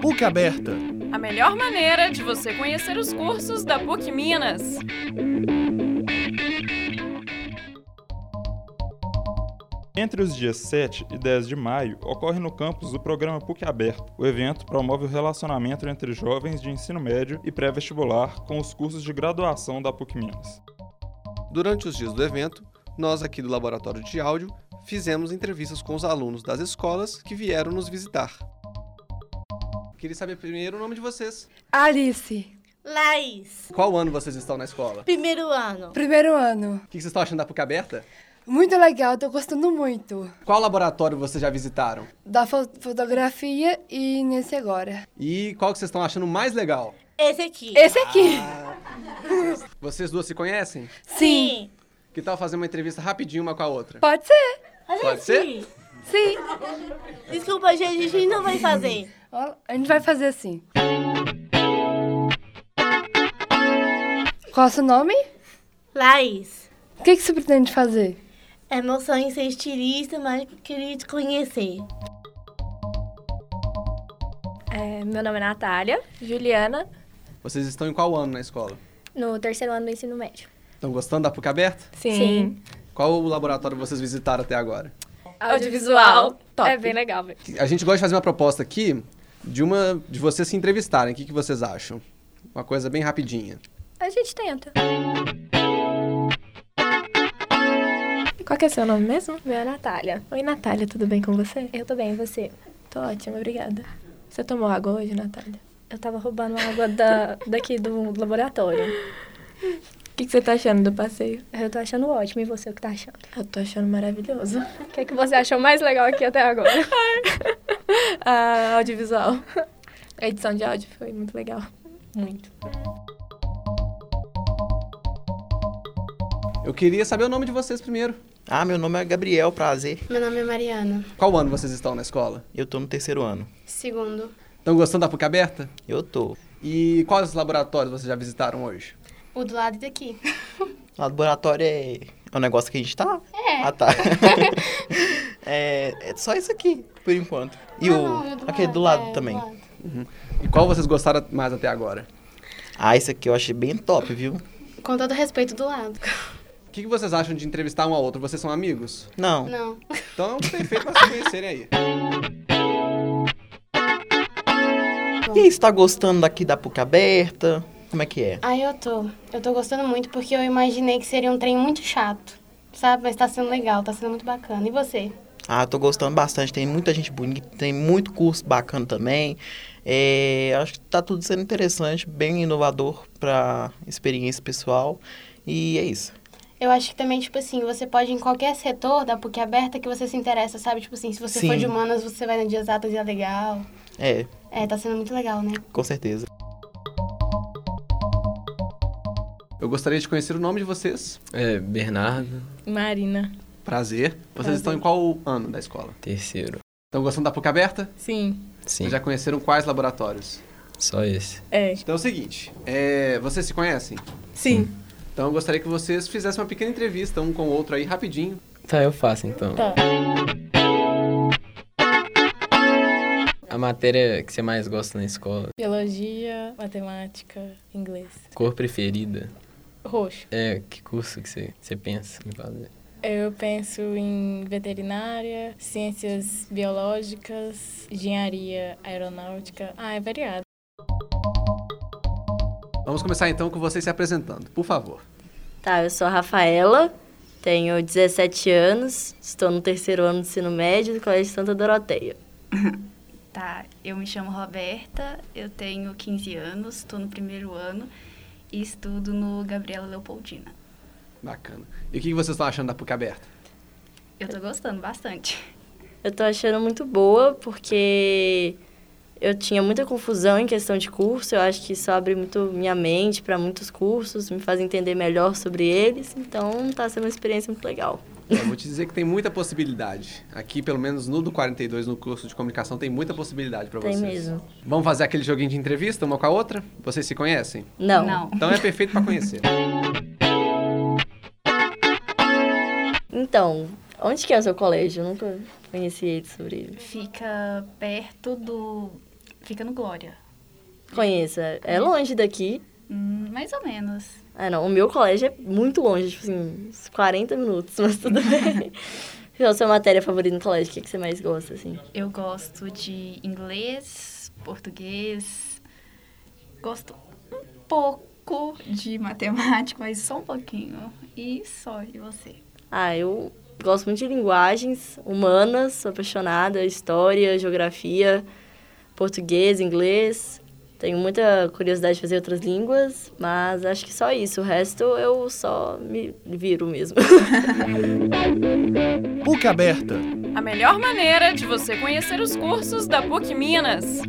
PUC Aberta. A melhor maneira de você conhecer os cursos da PUC Minas. Entre os dias 7 e 10 de maio, ocorre no campus o programa PUC Aberto. O evento promove o relacionamento entre jovens de ensino médio e pré-vestibular com os cursos de graduação da PUC Minas. Durante os dias do evento, nós aqui do Laboratório de Áudio fizemos entrevistas com os alunos das escolas que vieram nos visitar. Queria saber primeiro o nome de vocês. Alice, Laís, Qual ano vocês estão na escola? primeiro ano. primeiro ano. O que vocês estão achando da PUC aberta? Muito legal, tô gostando muito Qual laboratório vocês já visitaram? da fo- fotografia e nesse agora. E qual que vocês estão achando mais legal? Esse aqui. Esse aqui. Vocês duas se conhecem? Sim. Que tal fazer uma entrevista rapidinho uma com a outra? Pode ser. Mas Pode assim, Sim. Desculpa, gente, a gente não vai fazer. Ó, A gente vai fazer assim. Qual é o seu nome? Laís, O que, que você pretende fazer? é meu sonho ser estilista, mas queria te conhecer. Meu nome é Natália, Juliana, Vocês estão em qual ano na escola? no terceiro ano do ensino médio. Estão gostando da PUC aberta? Sim. Qual o laboratório vocês visitaram até agora? Audiovisual, top. É bem legal. velho. A gente gosta de fazer uma proposta aqui de uma de vocês se entrevistarem. O que, que vocês acham? Uma coisa bem rapidinha. A gente tenta. Qual que é seu nome mesmo? Meu é Natália. Oi, Natália, tudo bem com você? Eu tô bem, e você? Tô ótima, obrigada. Você tomou água hoje, Natália? Eu tava roubando água da, daqui do laboratório. O que, que você tá achando do passeio? Eu tô achando ótimo, e você o que tá achando? Eu tô achando maravilhoso. O que, é que você achou mais legal aqui até agora? A audiovisual. A edição de áudio foi muito legal. Muito. Eu queria saber o nome de vocês primeiro. Ah, meu nome é Gabriel, prazer. Meu nome é Mariana. Qual ano vocês estão na escola? Eu tô no terceiro ano. Segundo, Estão gostando da PUC aberta? Eu tô. E quais laboratórios vocês já visitaram hoje? o do lado daqui. O laboratório é... é um negócio que a gente tá? É. Ah, tá. é, é só isso aqui, por enquanto. E Ah, o... não, é do aquele do lado, lado é, também. do lado. E qual vocês gostaram mais até agora? Ah, esse aqui eu achei bem top, viu? Com todo respeito, do lado. O que, que vocês acham de entrevistar um ao outro? Vocês são amigos? Não. Não. Então é um perfeito pra se conhecerem aí. E aí, você tá gostando daqui da PUC aberta? Como é que é? Aí eu tô. Eu tô gostando muito porque eu imaginei que seria um trem muito chato. Sabe? Mas tá sendo legal, tá sendo muito bacana. E você? Ah, eu tô gostando bastante. Tem muita gente bonita, tem muito curso bacana também. É, acho que tá tudo sendo interessante, bem inovador pra experiência pessoal. E é isso. Eu acho que também, tipo assim, você pode ir em qualquer setor da PUC aberta que você se interessa, sabe? Tipo assim, se você for Sim. de humanas, você vai na de exatas e é legal. É, É, tá sendo muito legal, né? com certeza. Eu gostaria de conhecer o nome de vocês. É, Bernardo, Marina. Prazer. Vocês estão em qual ano da escola? terceiro. Estão gostando da PUC aberta? Sim. Sim, Vocês já conheceram quais laboratórios? só esse. É. Então é o seguinte, é, vocês se conhecem? Sim. Então eu gostaria que vocês fizessem uma pequena entrevista um com o outro aí rapidinho. Tá, eu faço então. Tá. A matéria que você mais gosta na escola, Biologia, matemática, inglês. cor preferida, Roxo. é que curso que você, você pensa em fazer? Eu penso em veterinária, ciências biológicas, engenharia aeronáutica. Ah, é variado. Vamos começar então com vocês se apresentando, por favor. Tá, eu sou a Rafaela, tenho 17 anos, estou no terceiro ano do ensino médio do Colégio Santa Doroteia. Tá, eu me chamo Roberta, eu tenho 15 anos, estou no primeiro ano e estudo no Gabriela Leopoldina. Bacana. E o que que vocês estão achando da PUC aberta? Eu tô gostando bastante. Eu tô achando muito boa porque eu tinha muita confusão em questão de curso, eu acho que isso abre muito minha mente para muitos cursos, me faz entender melhor sobre eles, então tá sendo uma experiência muito legal. Eu vou te dizer que tem muita possibilidade. Aqui, pelo menos no do 42, no curso de comunicação, tem muita possibilidade pra Tem vocês. mesmo. Vamos fazer aquele joguinho de entrevista uma com a outra? Vocês se conhecem? Não. Então é perfeito pra conhecer. Então, Onde que é o seu colégio? Eu nunca conheci ele sobre ele. Fica perto do. Fica no Glória. Conheça. É longe daqui. Hum, mais ou menos. Ah, não. O meu colégio é muito longe, tipo assim, uns 40 minutos, mas tudo bem. Qual a sua matéria favorita no colégio? O que, que você mais gosta, assim? Eu gosto de inglês, português. Gosto um pouco de matemática, mas só um pouquinho. E só, e você? Ah, eu gosto muito de linguagens humanas, sou apaixonada, história, geografia, português, inglês. Tenho muita curiosidade de fazer outras línguas, mas acho que só isso. O resto eu só me viro mesmo. PUC Aberta. A melhor maneira de você conhecer os cursos da PUC Minas.